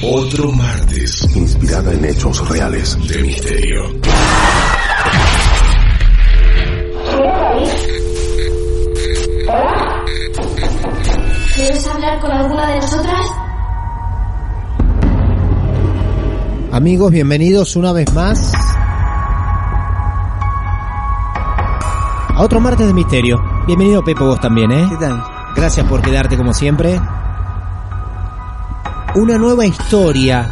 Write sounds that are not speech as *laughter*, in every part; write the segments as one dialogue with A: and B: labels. A: otro martes
B: inspirada en hechos reales.
A: de misterio.
C: ¿Quieres hablar con alguna de nosotras?
D: Amigos, bienvenidos una vez más a otro martes de misterio. Bienvenido Pepo vos también, ¿eh?
E: ¿Qué tal?
D: Gracias por quedarte como siempre. Una nueva historia.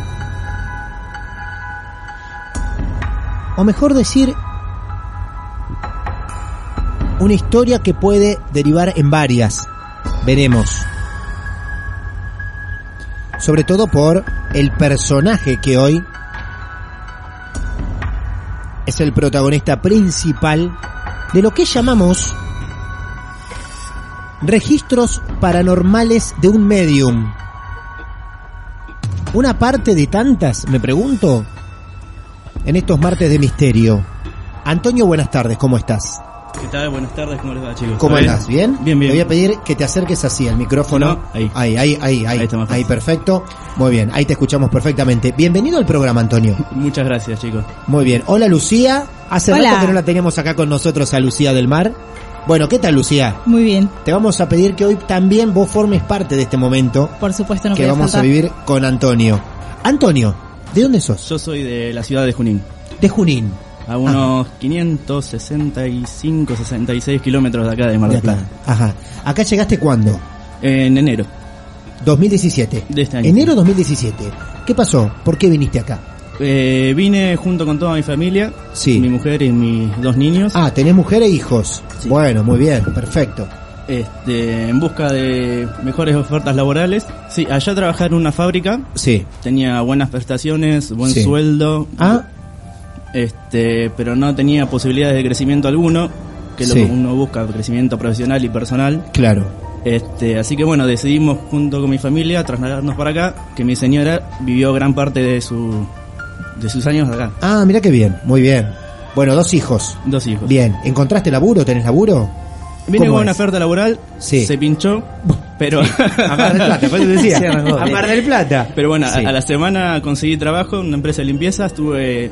D: O mejor decir, una historia que puede derivar en varias. Veremos. Sobre todo por el personaje que hoy es el protagonista principal de lo que llamamos Registros paranormales de un medium. Una parte de tantas, me pregunto, en estos martes de misterio. Antonio, buenas tardes, ¿cómo estás?
E: ¿Qué tal? Buenas tardes, ¿cómo les va, chicos?
D: ¿Cómo
E: ¿Está
D: estás? ¿Bien?
E: Bien, bien.
D: Te voy a pedir que te acerques así al micrófono.
E: No, ahí.
D: Ahí, ahí, ahí, ahí.
E: Ahí está más fácil.
D: Ahí, perfecto. Muy bien, ahí te escuchamos perfectamente. Bienvenido al programa, Antonio.
E: Muchas gracias, chicos.
D: Muy bien. Hola, Lucía. Hace
F: Hola.
D: rato que no la teníamos acá con nosotros a Lucía del Mar. Bueno, ¿qué tal, Lucía?
F: Muy bien,
D: Te vamos a pedir que hoy también vos formes parte de este momento
F: por supuesto no
D: que
F: podía
D: vamos
F: faltar.
D: a vivir con Antonio. Antonio, ¿de dónde sos?
E: Yo soy de la ciudad de Junín,
D: De Junín.
E: a unos 565, 66 kilómetros de acá de Mar
D: De
E: del
D: acá.
E: Plata.
D: Ajá. ¿Acá llegaste cuándo?
E: En enero.
D: 2017.
E: De este año.
D: Enero 2017. ¿Qué pasó? ¿Por qué viniste acá?
E: Eh, vine junto con toda mi familia,
D: Sí.
E: mi mujer y mis dos niños,
D: Ah, tenés mujer e hijos.
E: Sí.
D: Bueno, muy bien, perfecto.
E: este, en busca de mejores ofertas laborales. Sí, allá trabajar en una fábrica,
D: Sí.
E: tenía buenas prestaciones, buen
D: Sí.
E: sueldo,
D: Ah,
E: este, pero no tenía posibilidades de crecimiento alguno, que es
D: Sí.
E: lo que uno busca, crecimiento profesional y personal.
D: claro.
E: Este, así que bueno, decidimos junto con mi familia trasladarnos para acá, que mi señora vivió gran parte de su de sus años acá.
D: Ah, mira qué bien, muy bien. Bueno, dos hijos.
E: Dos hijos.
D: Bien, ¿encontraste laburo? ¿Tenés
E: *laughs*
D: laburo?
E: Vine
D: ¿Cómo
E: con una
D: es?
E: oferta laboral,
D: Sí.
E: se pinchó, pero
D: A Mar Ah, del Plata, por eso decía. A Mar del Plata.
E: pero bueno, a-
D: Sí.
E: a, la semana conseguí trabajo en una empresa de limpieza, estuve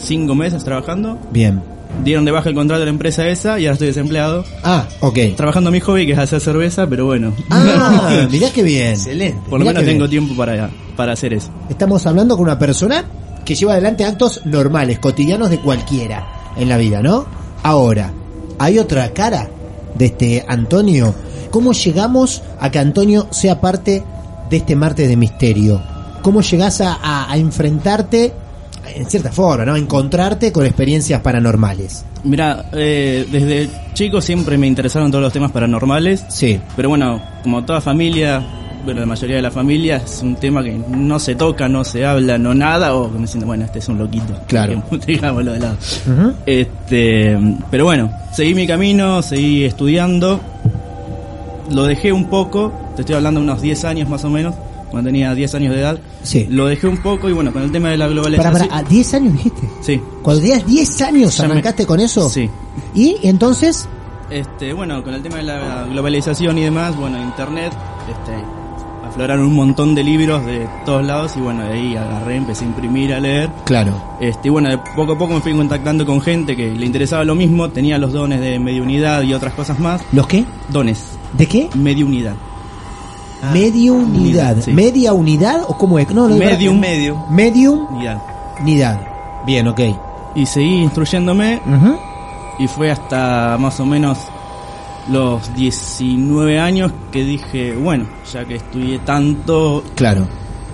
E: cinco meses trabajando,
D: Bien.
E: dieron de baja el contrato de la empresa esa y ahora estoy desempleado,
D: Ah, ok.
E: trabajando mi hobby que es hacer cerveza, pero bueno, *laughs*
D: Ah, mirá qué bien. Excelente.
E: por lo menos tengo tiempo para, para hacer eso.
D: Estamos hablando con una persona que lleva adelante actos normales, cotidianos de cualquiera en la vida, ¿no? Ahora, hay otra cara de este Antonio. ¿Cómo llegamos a que Antonio sea parte de este martes de misterio? ¿Cómo llegás a, a- a enfrentarte, en cierta forma, ¿no? A encontrarte con experiencias paranormales.
E: Mira, eh, desde chico siempre me interesaron todos los temas paranormales,
D: Sí.
E: pero bueno, como toda familia, bueno, la mayoría de la familia es un tema que no se toca, no se habla, no nada, o que me siento, bueno, este es un loquito. *laughs*
D: Claro.
E: Digámoslo de lado. Este, pero bueno, seguí mi camino, seguí estudiando, lo dejé un poco, te estoy hablando de unos 10 años más o menos, cuando tenía 10 años de edad,
D: Sí.
E: lo dejé un poco y bueno, con el tema de la
D: Para,
E: globalización...
D: para, ¿a 10 años dijiste?
E: sí.
D: Cuando tenías 10 años
E: Ya me-
D: arrancaste con eso.
E: Sí.
D: Y entonces,
E: Este, bueno, con el tema de la globalización y demás, bueno, internet, este, afloraron un montón de libros de todos lados y bueno, de ahí agarré, empecé a imprimir, a leer.
D: claro.
E: Este, y bueno, de poco a poco me fui contactando con gente que le interesaba lo mismo, tenía los dones de mediunidad y otras cosas más.
D: ¿Los qué?
E: Dones,
D: ¿De qué?
E: mediunidad.
D: media unidad.
E: Ah. unidad, sí.
D: ¿Media unidad o cómo es? No, no,
E: Medium.
D: Medium.
E: Unidad.
D: ni edad. Bien, ok.
E: Y seguí instruyéndome
D: Ujú.
E: y fue hasta más o menos los 19 años que dije, bueno, ya que estudié tanto
D: Claro.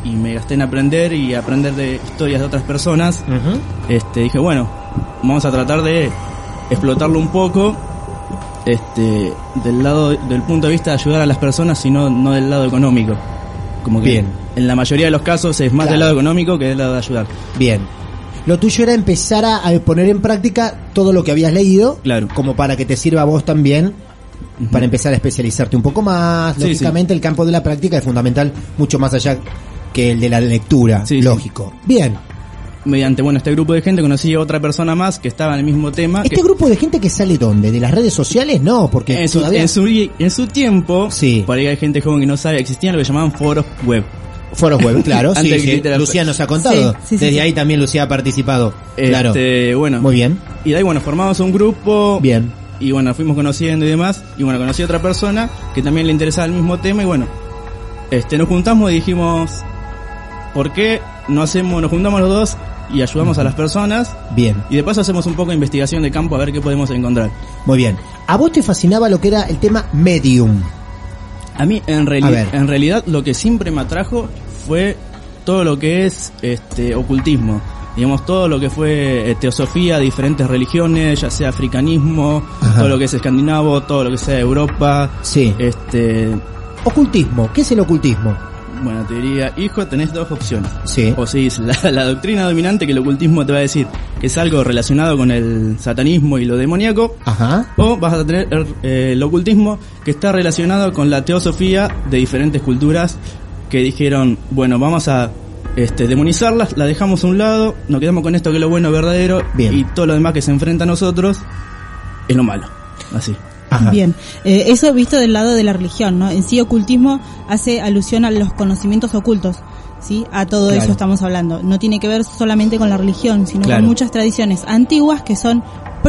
E: y me gasté en aprender y aprender de historias de otras personas, este, dije, bueno, vamos a tratar de explotarlo un poco este, del lado del punto de vista de ayudar a las personas, sino no del lado económico. Como que
D: Bien.
E: en la mayoría de los casos es más
D: Claro.
E: del lado económico que del lado de ayudar.
D: Bien. Lo tuyo era empezar a, a poner en práctica todo lo que habías leído,
E: Claro.
D: como para que te sirva a vos también,
E: Ujú.
D: para empezar a especializarte un poco más.
E: Sí,
D: Lógicamente el campo de la práctica es fundamental, mucho más allá que el de la lectura,
E: Sí, sí.
D: lógico. Bien.
E: Mediante bueno este grupo de gente conocí a otra persona más que estaba en el mismo tema.
D: ¿Este
E: Ah, que-
D: grupo de gente que sale dónde? ¿De las redes sociales? No, porque
E: en su,
D: todavía...
E: en su- en su tiempo,
D: Sí.
E: por ahí hay gente joven que no sabe, existían lo que llamaban foros web.
D: Foros web,
E: *laughs*
D: claro.
E: Antes
D: sí,
E: que
D: sí.
E: Twitter.
D: Lucía nos ha contado.
F: Sí, sí, sí,
D: Desde
F: sí.
D: ahí también Lucía ha participado. claro.
E: Este, bueno,
D: Muy bien.
E: Y de ahí, bueno, formamos un grupo.
D: Bien.
E: Y bueno, fuimos conociendo y demás. Y bueno, conocí a otra persona que también le interesaba el mismo tema. Y bueno, este, nos juntamos y dijimos, ¿por qué no hacemos, nos juntamos los dos y ayudamos a las personas?
D: Bien.
E: Y de paso hacemos un poco de investigación de campo a ver qué podemos encontrar.
D: Muy bien. ¿A vos te fascinaba lo que era el tema medium?
E: A mí, en, reali-
D: A ver.
E: en realidad, lo que siempre me atrajo fue todo lo que es este ocultismo. Digamos, todo lo que fue eh, teosofía, diferentes religiones, ya sea africanismo,
D: Ajá.
E: todo lo que es escandinavo, todo lo que sea Europa.
D: Sí.
E: Este,
D: Eh, Ocultismo. ¿Qué es el ocultismo?
E: bueno, te diría, hijo, tenés dos opciones.
D: Sí.
E: O seguís la, la doctrina dominante que el ocultismo te va a decir, que es algo relacionado con el satanismo y lo demoníaco,
D: Ajá.
E: o vas a tener eh, el ocultismo que está relacionado con la teosofía de diferentes culturas que dijeron, bueno, vamos a este, demonizarlas, la dejamos a un lado, nos quedamos con esto que es lo bueno verdadero
D: Bien.
E: y todo lo demás que se enfrenta a nosotros es lo malo. Así.
D: Ajá.
F: Bien, Eh, eso visto del lado de la religión, ¿no? En sí, ocultismo hace alusión a los conocimientos ocultos, ¿sí? A todo
D: Claro.
F: eso estamos hablando. No tiene que ver solamente con la religión, sino
E: Claro.
F: con muchas tradiciones antiguas que son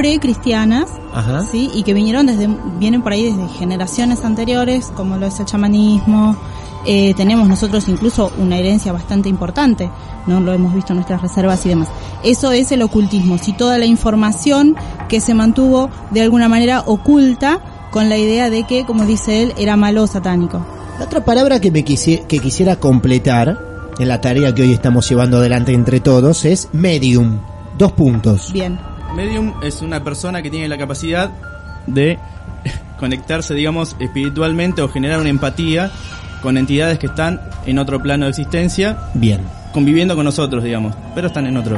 F: precristianas,
D: Ajá.
F: ¿sí? Y que vinieron desde, vienen por ahí desde generaciones anteriores, como lo es el chamanismo. Eh, tenemos nosotros incluso una herencia bastante importante, ¿no? Lo hemos visto en nuestras reservas y demás. Eso es el ocultismo, si toda la información que se mantuvo de alguna manera oculta con la idea de que, como dice él, era malo o satánico.
D: La otra palabra que me quisi- que quisiera completar en la tarea que hoy estamos llevando adelante entre todos es medium. Dos puntos.
F: Bien.
E: Medium es una persona que tiene la capacidad de *laughs* conectarse, digamos, espiritualmente o generar una empatía con entidades que están en otro plano de existencia,
D: Bien.
E: conviviendo con nosotros, digamos, pero están en otro,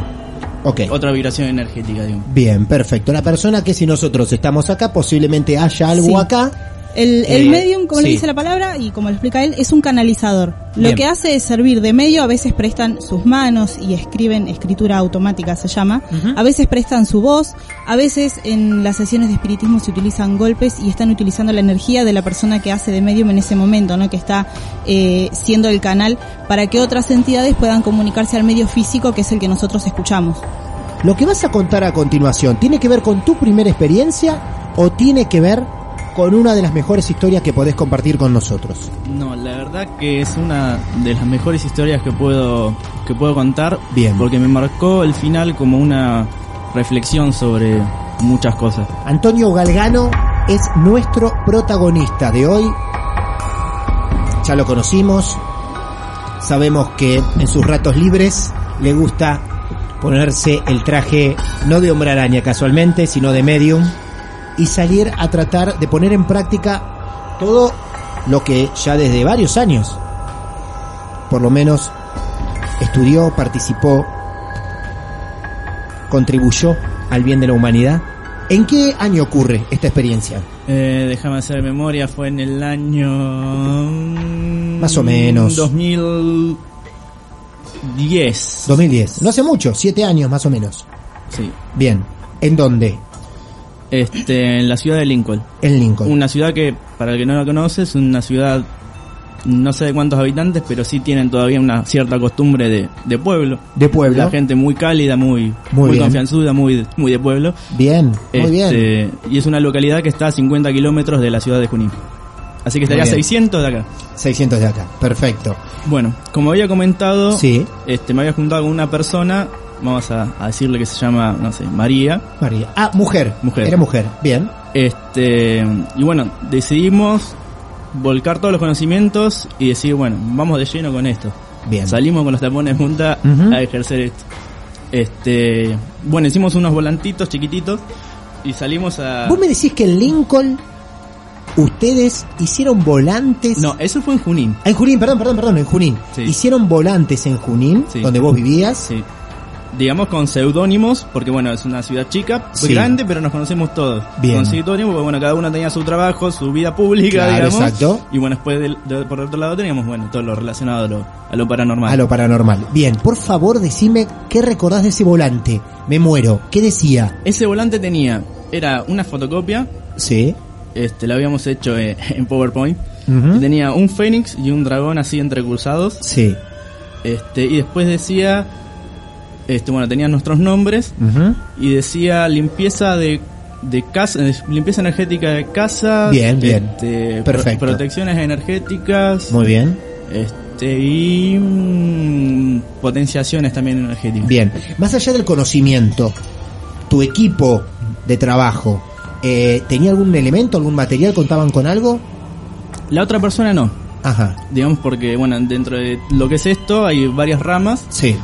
D: Ok.
E: otra vibración energética, digamos.
D: Bien, perfecto. La persona que si nosotros estamos acá, posiblemente haya algo
F: Sí.
D: acá.
F: El, el
D: Eh,
F: medium, como le
D: sí.
F: dice la palabra y como lo explica él, es un canalizador. Lo
D: Bien.
F: que hace es servir de medio, a veces prestan sus manos y escriben escritura automática, se llama. A veces prestan su voz, a veces en las sesiones de espiritismo se utilizan golpes y están utilizando la energía de la persona que hace de medium en ese momento, ¿no? que está eh, siendo el canal para que otras entidades puedan comunicarse al medio físico que es el que nosotros escuchamos.
D: Lo que vas a contar a continuación, ¿tiene que ver con tu primera experiencia o tiene que ver con una de las mejores historias que podés compartir con nosotros?
E: No, la verdad que es una de las mejores historias que puedo que puedo contar,
D: Bien.
E: porque me marcó el final como una reflexión sobre muchas cosas.
D: Antonio Galgano es nuestro protagonista de hoy. Ya lo conocimos. Sabemos que en sus ratos libres le gusta ponerse el traje no de hombre araña casualmente, sino de medium y salir a tratar de poner en práctica todo lo que ya desde varios años, por lo menos, estudió, participó, contribuyó al bien de la humanidad. ¿En qué año ocurre esta experiencia?
E: Eh, déjame hacer memoria, fue en el año... Más
D: Más o menos.
E: 2010.
D: 2010. No hace mucho, siete años más o menos.
E: Sí.
D: Bien. ¿En dónde?
E: Este, en la ciudad de Lincoln.
D: En Lincoln.
E: Una ciudad que, para el que no la conoce, es una ciudad... No sé de cuántos habitantes, pero sí tienen todavía una cierta costumbre de, de pueblo.
D: De pueblo.
E: La gente muy cálida, muy,
D: Muy
E: muy,
D: bien.
E: confianzuda, muy, muy de pueblo.
D: Bien, muy
E: Este,
D: bien.
E: Y es una localidad que está a 50 kilómetros de la ciudad de Junín. Así que estaría a
D: bien.
E: 600 de acá.
D: 600 de acá. Perfecto.
E: Bueno, como había comentado,
D: Sí.
E: este, me había juntado con una persona vamos a, a decirle que se llama, no sé, María.
D: María. Ah, mujer.
E: Mujer.
D: Era mujer. Bien.
E: Este, y bueno, decidimos volcar todos los conocimientos y decir, bueno, vamos de lleno con esto.
D: Bien.
E: Salimos con los tapones de punta
D: Ujú.
E: a ejercer esto. Este, bueno, hicimos unos volantitos chiquititos y salimos a...
D: Vos me decís que en Lincoln ustedes hicieron volantes.
E: No, eso fue en Junín.
D: Ah, En Junín, perdón, perdón, perdón, en Junín.
E: Sí.
D: Hicieron volantes en Junín,
E: Sí.
D: donde vos vivías.
E: Sí. Digamos con seudónimos, porque bueno, es una ciudad chica,
D: Sí.
E: grande, pero nos conocemos todos.
D: Bien.
E: Con seudónimos, porque bueno, cada uno tenía su trabajo, su vida pública,
D: Claro,
E: digamos.
D: exacto.
E: Y bueno, después del- de- por otro lado teníamos, bueno, todo lo relacionado a lo, a lo paranormal.
D: A lo paranormal. Bien, por favor, decime qué recordás de ese volante. Me muero. ¿Qué decía?
E: Ese volante tenía, era una fotocopia,
D: Sí.
E: este, la habíamos hecho eh, *laughs* en PowerPoint.
D: Ujú.
E: y Tenía un fénix y un dragón así entrecruzados.
D: Sí.
E: Este, y después decía, este, bueno, tenía nuestros nombres.
D: Ujú.
E: y decía limpieza de, de casa, eh, limpieza energética de casa,
D: Bien, bien. Perfecto.
E: Perfecto. protecciones energéticas,
D: Muy bien.
E: este y mm, potenciaciones también energéticas.
D: Bien. Más allá del conocimiento, tu equipo de trabajo, eh, ¿tenía algún elemento, algún material? ¿Contaban con algo?
E: La otra persona no,
D: Ajá.
E: digamos porque bueno, dentro de lo que es esto hay varias ramas,
D: Sí.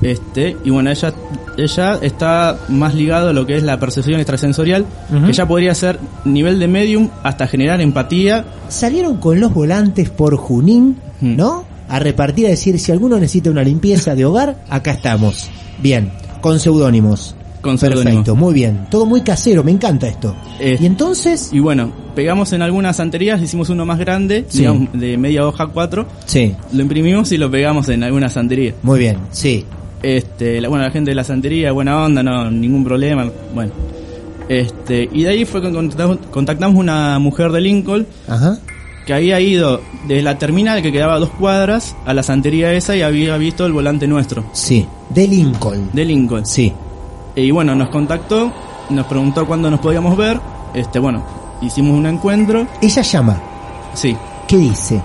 E: este y bueno, ella ella está más ligado a lo que es la percepción extrasensorial,
D: Ujú.
E: que ya podría ser nivel de medium hasta generar empatía
D: Salieron con los volantes por Junín,
E: Mm.
D: ¿no? A repartir, a decir, si alguno necesita una limpieza de hogar, acá estamos. Bien. Con seudónimos.
E: con seudónimo.
D: Perfecto, muy bien. Todo muy casero, me encanta esto.
E: Eh,
D: y entonces...
E: Y bueno, pegamos en algunas santerías, hicimos uno más grande,
D: Sí.
E: digamos, de media hoja 4,
D: Sí.
E: lo imprimimos y lo pegamos en alguna santería.
D: Muy bien, sí.
E: Este, la- bueno, la gente de la santería, buena onda, no, ningún problema, bueno. Este, y de ahí fue que contactamos, contactamos una mujer de Lincoln
D: Ajá.
E: que había ido desde la terminal que quedaba a dos cuadras a la santería esa y había visto el volante nuestro,
D: Sí. De Lincoln.
E: de Lincoln.
D: Sí.
E: Y bueno, nos contactó, nos preguntó cuándo nos podíamos ver, este, bueno, hicimos un encuentro,
D: Ella llama.
E: sí,
D: ¿Qué dice?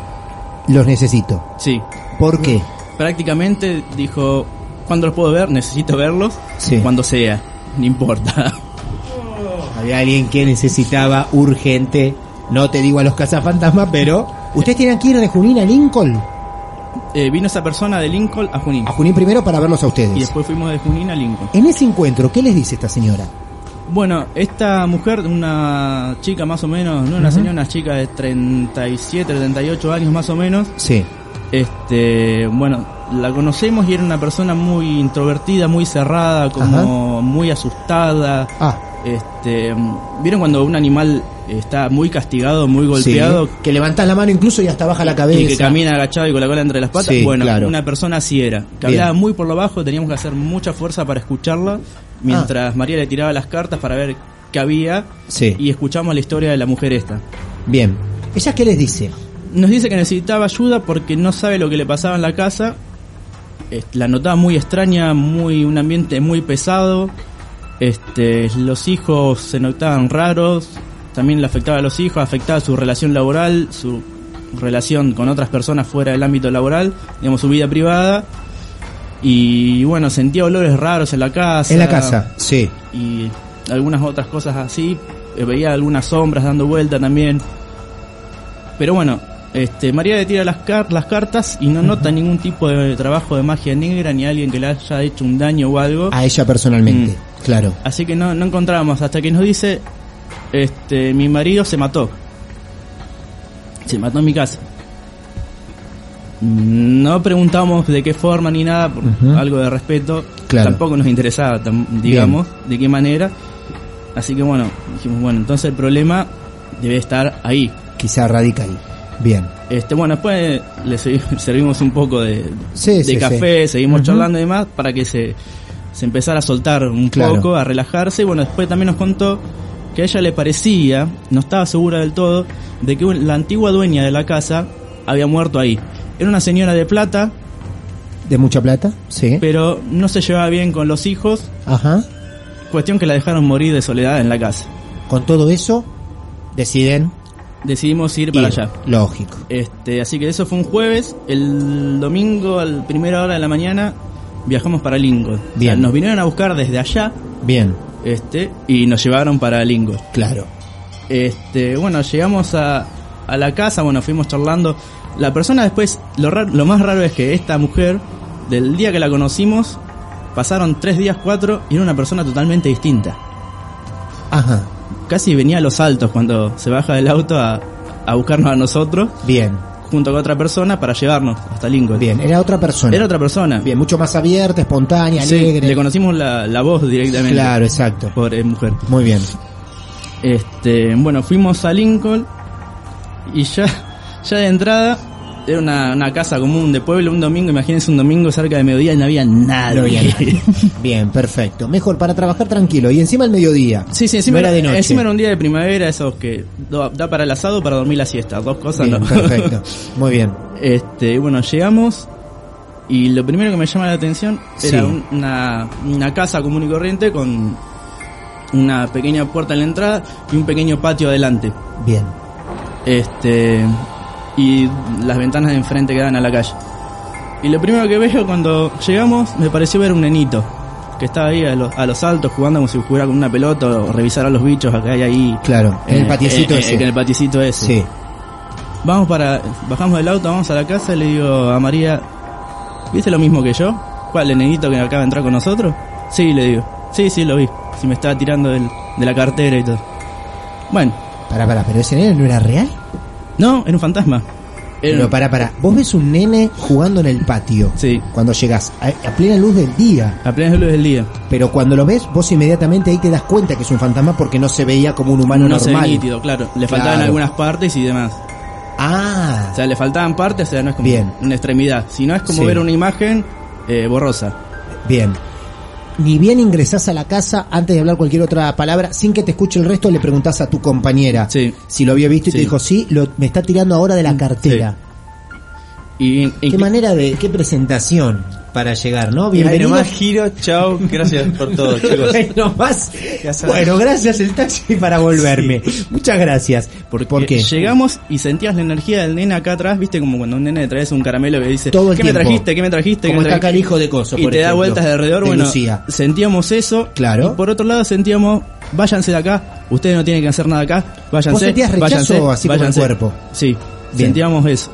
D: Los necesito.
E: sí,
D: ¿Por qué?
E: prácticamente dijo, cuando los puedo ver? Necesito verlos.
D: Sí.
E: Cuando sea, no importa. *laughs*
D: Había alguien que necesitaba urgente. No te digo a los cazafantasmas, pero... ¿Ustedes tienen que ir de Junín a Lincoln?
E: Eh, vino esa persona de Lincoln a Junín.
D: A Junín primero para verlos a ustedes.
E: Y después fuimos de Junín a Lincoln.
D: En ese encuentro, ¿qué les dice esta señora?
E: Bueno, esta mujer, una chica más o menos, no una señora, una chica de 37, 38 años más o menos,
D: Sí.
E: este, bueno, la conocemos y era una persona muy introvertida, muy cerrada, como muy asustada.
D: Ah.
E: Este, ¿vieron cuando un animal está muy castigado, muy golpeado,
D: sí. Que levantás la mano incluso y hasta baja la cabeza.
E: Y que camina agachado y con la cola entre las patas.
D: Sí,
E: bueno,
D: claro.
E: una persona así era. Que
D: Bien.
E: hablaba muy por lo bajo, teníamos que hacer mucha fuerza para escucharla.
D: Ah.
E: Mientras María le tiraba las cartas para ver qué había.
D: Sí.
E: Y escuchamos la historia de la mujer esta.
D: Bien. ¿Ella qué les dice?
E: Nos dice que necesitaba ayuda porque no sabe lo que le pasaba en la casa. Es- La notaba muy extraña, muy un ambiente muy pesado. Este, los hijos se notaban raros. También le afectaba a los hijos, afectaba su relación laboral, su relación con otras personas fuera del ámbito laboral, digamos su vida privada. Y bueno, sentía olores raros en la casa.
D: En la casa. Sí.
E: Y algunas otras cosas así. Eh, Veía algunas sombras dando vuelta también. Pero bueno, este, María le tira las, car- las cartas y no nota ningún tipo de trabajo de magia negra ni alguien que le haya hecho un daño o algo.
D: A ella personalmente. Claro.
E: Así que no, no encontramos hasta que nos dice, este, mi marido se mató. Se mató en mi casa. Mm, No preguntamos de qué forma ni nada, por
D: Ujú.
E: algo de respeto.
D: Claro.
E: Tampoco nos interesaba, tam- digamos, de qué manera. Así que bueno, dijimos, bueno, entonces el problema debe estar ahí.
D: Quizá radical. Bien.
E: Este, bueno, después le segui- *laughs* servimos un poco de,
D: Sí,
E: de
D: sí,
E: café, seguimos
D: Ujú.
E: charlando y demás para que se, se empezara a soltar un
D: Claro.
E: poco, a relajarse. Y bueno, después también nos contó que a ella le parecía, no estaba segura del todo, de que la antigua dueña de la casa había muerto ahí. Era una señora de plata,
D: ¿De mucha plata? Sí.
E: pero no se llevaba bien con los hijos,
D: Ajá.
E: cuestión que la dejaron morir de soledad en la casa.
D: Con todo eso, deciden
E: Decidimos ir para
D: ir.
E: allá.
D: Lógico.
E: Este, así que eso fue un jueves. El domingo, a la primera hora de la mañana, viajamos para Lincoln. O sea,
D: Bien.
E: nos vinieron a buscar desde allá
D: Bien,
E: este, y nos llevaron para Lincoln.
D: claro.
E: Este, bueno, llegamos a, a la casa, bueno, fuimos charlando. La persona después, lo, raro- lo más raro es que esta mujer, del día que la conocimos, pasaron tres días, cuatro, y era una persona totalmente distinta.
D: Ajá,
E: Casi venía a los saltos cuando se baja del auto a, a buscarnos a nosotros,
D: bien,
E: junto con otra persona, para llevarnos hasta Lincoln.
D: bien. Era otra persona.
E: Era otra persona.
D: Bien, mucho más abierta, espontánea,
E: Sí,
D: alegre.
E: le conocimos la, la voz directamente.
D: Claro, exacto.
E: Por eh, mujer.
D: Muy
E: *laughs*
D: bien.
E: Este, bueno, fuimos a Lincoln y ya, ya de entrada era una, una casa común de pueblo, un domingo, imagínense un domingo cerca de mediodía y no había nadie.
D: No había nadie. Bien, perfecto. Mejor para trabajar tranquilo. Y encima el mediodía.
E: *laughs* Sí, sí, encima,
D: No era de noche.
E: encima era un día de primavera, esos que do- da para el asado para dormir la siesta, dos cosas
D: Bien,
E: no.
D: perfecto. Muy bien.
E: Este, bueno, llegamos y lo primero que me llama la atención era
D: Sí.
E: un- una, una casa común y corriente con una pequeña puerta en la entrada y un pequeño patio adelante.
D: Bien.
E: Este y las ventanas de enfrente que dan a la calle. Y lo primero que veo cuando llegamos me pareció ver un nenito que estaba ahí a los, a los altos jugando como si jugara con una pelota o revisara los bichos acá y ahí.
D: Claro, en el patiecito
E: eh, eh,
D: ese.
E: En el patiecito ese.
D: Sí.
E: Vamos para. Bajamos del auto, vamos a la casa y le digo a María, ¿viste lo mismo que yo? ¿Cuál, el nenito que acaba de entrar con nosotros? Sí, le digo. Sí, sí, lo vi. Si me estaba tirando del- de la cartera y todo. Bueno,
D: Pará, pará, pero ese nene no era real.
E: no, era un fantasma. Era-
D: Pero pará, pará. Vos ves un nene jugando en el patio.
E: Sí.
D: Cuando llegás a, a plena luz del día.
E: A plena luz del día.
D: Pero cuando lo ves, vos inmediatamente ahí te das cuenta que es un fantasma porque no se veía como un humano
E: no se ve
D: normal.
E: nítido, claro. Le faltaban
D: Claro.
E: algunas partes y demás.
D: ah,
E: O sea, le faltaban partes, o sea, no es como
D: Bien.
E: una extremidad. Sino es como
D: Sí.
E: ver una imagen eh, borrosa.
D: bien. Ni bien ingresás a la casa, antes de hablar cualquier otra palabra, sin que te escuche el resto, le preguntás a tu compañera
E: Sí.
D: si lo había visto y
E: Sí.
D: te dijo, sí, lo, me está tirando ahora de la cartera.
E: Y,
D: Qué
E: y-
D: manera de, qué presentación para llegar, ¿no?
G: Y
D: Bienvenido.
G: pero más giro,
D: *laughs*
G: chao, gracias por todo, chicos.
D: Bueno, más.
G: Gracias.
D: Bueno, gracias el taxi para volverme. Muchas gracias. ¿Por, ¿por qué?
E: Eh, Llegamos y sentías la energía del nene acá atrás, viste como cuando a un nene le traes un caramelo que dice,
D: Todo el
E: ¿qué me
D: tiempo.
E: trajiste? ¿Qué me trajiste? ¿Qué
D: Como
E: me
D: está acá el
E: trajiste?"
D: hijo de Coso,
E: Y
D: por
E: te da
D: ejemplo,
E: vueltas de alrededor,
D: de
E: bueno,
D: Lucía.
E: sentíamos eso.
D: Claro.
E: Y por otro lado sentíamos, váyanse de acá, ustedes no tienen que hacer nada acá, váyanse.
D: ¿Vos sentías rechazo
E: váyanse,
D: así con el
E: váyanse".
D: cuerpo?
E: Sí,
D: Bien.
E: sentíamos eso.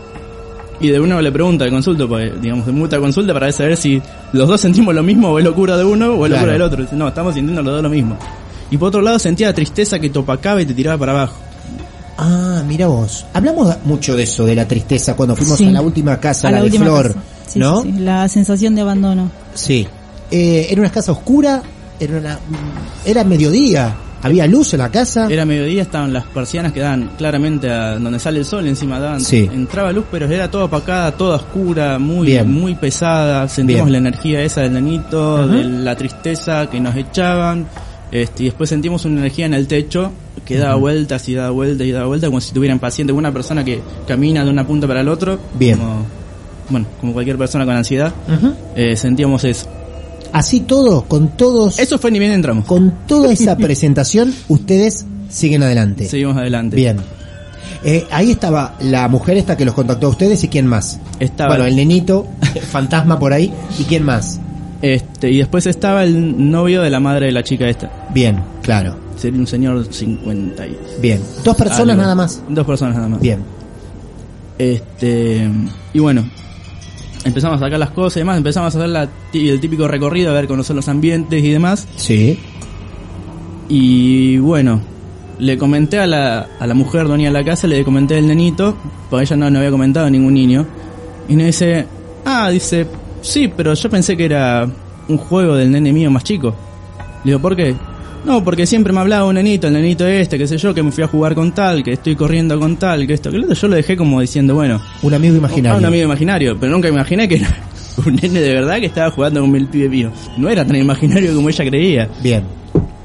E: Y de uno le pregunta, le consulta, porque, digamos, de mutua consulta para saber si los dos sentimos lo mismo o es locura de uno o es
D: Claro.
E: locura del otro. Dice, No, estamos sintiendo los dos lo mismo. Y por otro lado sentía la tristeza que te opacaba y te tiraba para abajo.
D: Ah, mira vos. Hablamos mucho de eso, de la tristeza, cuando fuimos
F: Sí.
D: a la última casa,
F: A
D: la,
F: la
D: de
F: última
D: Flor,
F: casa. Sí,
D: ¿no?
F: sí, sí, la sensación de abandono.
D: Sí. Eh, era una casa oscura, era una, mm, era mediodía, había luz en la casa.
E: Era mediodía, estaban las persianas que daban claramente a donde sale el sol, encima daban,
D: Sí.
E: entraba luz, pero era toda apacada, toda oscura, muy,
D: Bien.
E: muy pesada, sentimos
D: Bien.
E: la energía esa del nenito, de la tristeza que nos echaban, este, y después sentimos una energía en el techo que daba vueltas y daba vueltas y daba vueltas, como si tuvieran paciente, una persona que camina de una punta para el otro,
D: Bien.
E: como, bueno, como cualquier persona con ansiedad,
D: Ujú.
E: eh, sentíamos eso.
D: Así todo, con todos,
E: Eso fue ni bien entramos,
D: con toda esa
E: *laughs*
D: presentación, ustedes siguen adelante.
E: seguimos adelante.
D: Bien. Eh, ahí estaba la mujer esta que los contactó a ustedes y quién más.
E: Estaba-
D: Bueno, el
E: *laughs*
D: nenito, fantasma por ahí, y quién más.
E: Este, y después estaba el novio de la madre de la chica esta.
D: Bien, claro.
E: Sería un señor 50 y...
D: Bien. Dos personas
E: algo.
D: nada más.
E: Dos personas nada más.
D: Bien.
E: Este, y bueno, empezamos a sacar las cosas y demás, empezamos a hacer la tí- el típico recorrido, a ver, conocer los ambientes y demás.
D: Sí.
E: Y bueno, le comenté a la, a la mujer dueña de la casa, le comenté del nenito, porque ella no, no había comentado a ningún niño. Y me dice, ah, dice, sí, pero yo pensé que era un juego del nene mío más chico. Le digo, ¿por qué? No, porque siempre me hablaba un nenito, el nenito este, qué sé yo, que me fui a jugar con tal, que estoy corriendo con tal, que esto, que lo otro. Yo lo dejé como diciendo, bueno,
D: Un amigo
E: a
D: imaginario.
E: Ah, un amigo imaginario, pero nunca imaginé que era *laughs* un nene de verdad que estaba jugando con el pibe mío. No era tan imaginario como ella creía.
D: Bien.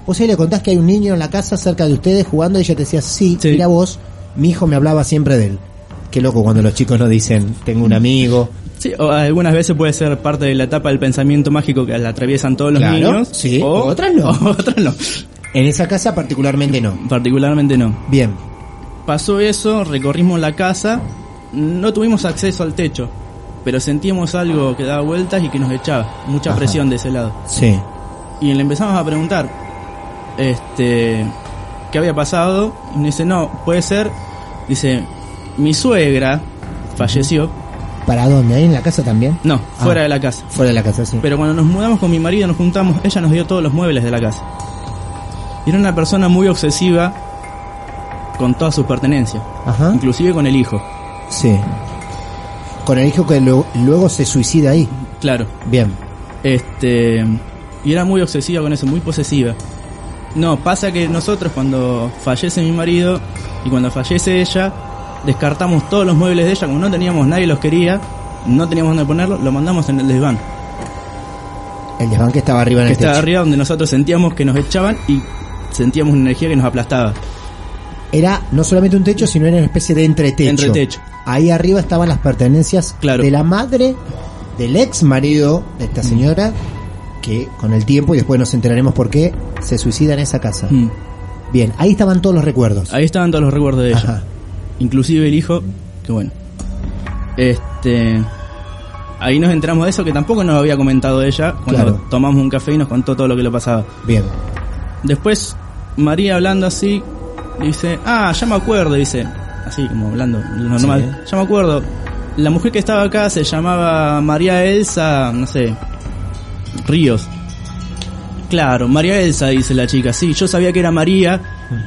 D: Vos ahí le contás que hay un niño en la casa cerca de ustedes jugando y ella te decía, sí,
E: Sí.
D: mira vos, mi hijo me hablaba siempre de él. Qué loco cuando los chicos no dicen, tengo un amigo.
E: Sí, o algunas veces puede ser parte de la etapa del pensamiento mágico que la atraviesan todos los
D: Claro,
E: niños.
D: sí, otras no.
E: *laughs* o otras no.
D: En esa casa particularmente no.
E: Particularmente no.
D: Bien.
E: Pasó eso, recorrimos la casa, no tuvimos acceso al techo. pero sentíamos algo que daba vueltas y que nos echaba mucha
D: Ajá.
E: presión de ese lado.
D: Sí.
E: Y le empezamos a preguntar este qué había pasado y me dice, "No, puede ser." Dice, "Mi suegra falleció."
D: ¿Para dónde? ¿Ahí en la casa también?
E: No,
D: Ah.
E: fuera de la casa.
D: Fuera de la casa, sí.
E: Pero cuando nos mudamos con mi marido, nos juntamos, ella nos dio todos los muebles de la casa. Y era una persona muy obsesiva con todas sus pertenencias,
D: Ajá.
E: inclusive con el hijo.
D: Sí. Con el hijo que lo- luego se suicida ahí.
E: Claro.
D: Bien.
E: Este, y era muy obsesiva con eso, muy posesiva. No, pasa que nosotros cuando fallece mi marido y cuando fallece ella, descartamos todos los muebles de ella, como no teníamos nadie los quería, no teníamos dónde ponerlo, lo mandamos en el desván.
D: El desván que estaba arriba en
E: que
D: el techo.
E: estaba arriba donde nosotros sentíamos que nos echaban y sentíamos una energía que nos aplastaba.
D: Era no solamente un techo, sino era una especie de entretecho.
E: Entretecho.
D: Ahí arriba estaban las pertenencias
E: Claro. Mm.
D: de la madre, del ex marido de esta señora, que con el tiempo, y después nos enteraremos por qué, se suicida en esa casa.
E: Mm.
D: Bien, ahí estaban todos los recuerdos.
E: Ahí estaban todos los recuerdos de ella.
D: Ajá.
E: Inclusive el hijo, que bueno. Este. Ahí nos entramos de eso que tampoco nos había comentado ella cuando
D: Claro.
E: tomamos un café y nos contó todo lo que le pasaba.
D: Bien.
E: Después, María hablando así, dice, ah, ya me acuerdo, dice, así como hablando, lo normal, ya me acuerdo. La mujer que estaba acá se llamaba María Elsa, no sé, Ríos. Claro, María Elsa, dice la chica, sí, yo sabía que era María,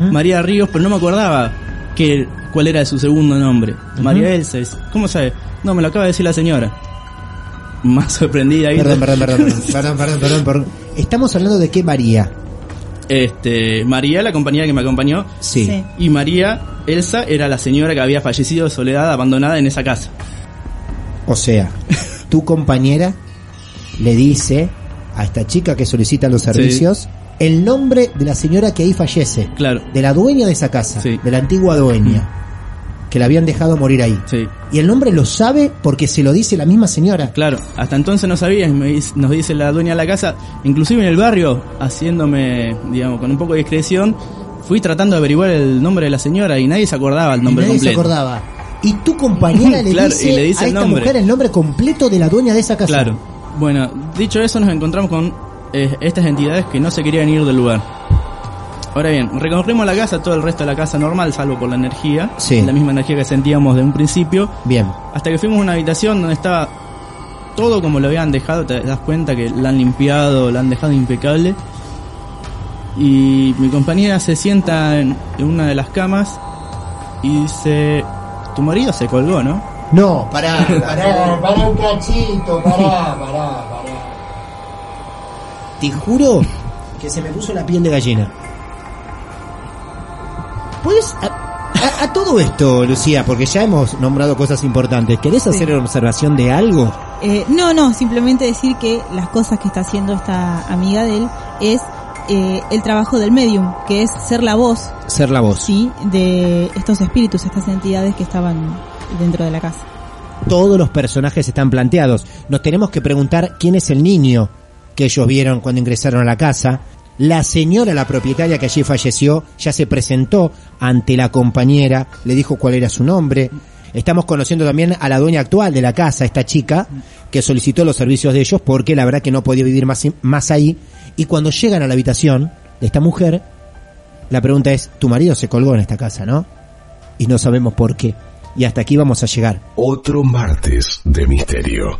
E: María Ríos, pero no me acordaba que, cuál era su segundo nombre. María Elsa, dice, ¿cómo sabe? No, me lo acaba de decir la señora. *laughs* Más sorprendida ahí.
D: Perdón, perdón,
E: *laughs*
D: perdón, perdón, perdón, perdón, perdón, perdón. Estamos hablando de qué María.
E: Este, María, la compañera que me acompañó,
D: Sí.
F: Sí.
E: Y María Elsa era la señora que había fallecido de soledad abandonada en esa casa.
D: O
E: *laughs*
D: sea, tu compañera le dice a esta chica que solicita los servicios el nombre de la señora que ahí fallece.
E: Claro.
D: De la dueña de esa casa.
E: Sí. Mm.
D: De la antigua dueña. Que la habían dejado morir ahí.
E: Sí.
D: Y el nombre lo sabe porque se lo dice la misma señora.
E: Claro, hasta entonces no sabía, y me dice- nos dice la dueña de la casa, inclusive en el barrio, haciéndome, digamos, con un poco de discreción, fui tratando de averiguar el nombre de la señora y nadie se acordaba el
D: Y
E: nombre
D: nadie se
E: completo.
D: acordaba. Y tu
E: *laughs*
D: compañera le,
E: Claro,
D: dice
E: y le dice
D: a
E: el
D: esta
E: nombre.
D: mujer el nombre completo de la dueña de esa casa.
E: Claro. Bueno, dicho eso, nos encontramos con eh, estas entidades que no se querían ir del lugar. Ahora bien, recorrimos la casa, todo el resto de la casa normal, salvo por la energía,
D: Sí.
E: la misma energía que sentíamos de un principio,
D: Bien.
E: Hasta que fuimos a una habitación donde estaba todo como lo habían dejado, te das cuenta que la han limpiado, la han dejado impecable. Y mi compañera se sienta en, en una de las camas y dice, tu marido se colgó, ¿no?
D: No, *laughs* pará, pará.
H: Pará un cachito, pará, pará, pará.
D: Te juro que se me puso la piel de gallina. ¿Puedes.? A, a- a todo esto, Lucía, porque ya hemos nombrado cosas importantes, ¿querés hacer observación de algo?
F: Eh, no, no, simplemente decir que las cosas que está haciendo esta amiga de él es eh, el trabajo del medium, que es ser la voz,
D: Ser la voz.
F: sí, de estos espíritus, estas entidades que estaban dentro de la casa.
D: Todos los personajes están planteados. Nos tenemos que preguntar quién es el niño que ellos vieron cuando ingresaron a la casa. La señora, la propietaria que allí falleció, ya se presentó ante la compañera, le dijo cuál era su nombre. Estamos conociendo también a la dueña actual de la casa, esta chica, que solicitó los servicios de ellos porque la verdad que no podía vivir más, más ahí. Y cuando llegan a la habitación de esta mujer, la pregunta es, tu marido se colgó en esta casa, ¿no? Y no sabemos por qué. Y hasta aquí vamos a llegar.
A: Otro martes de misterio.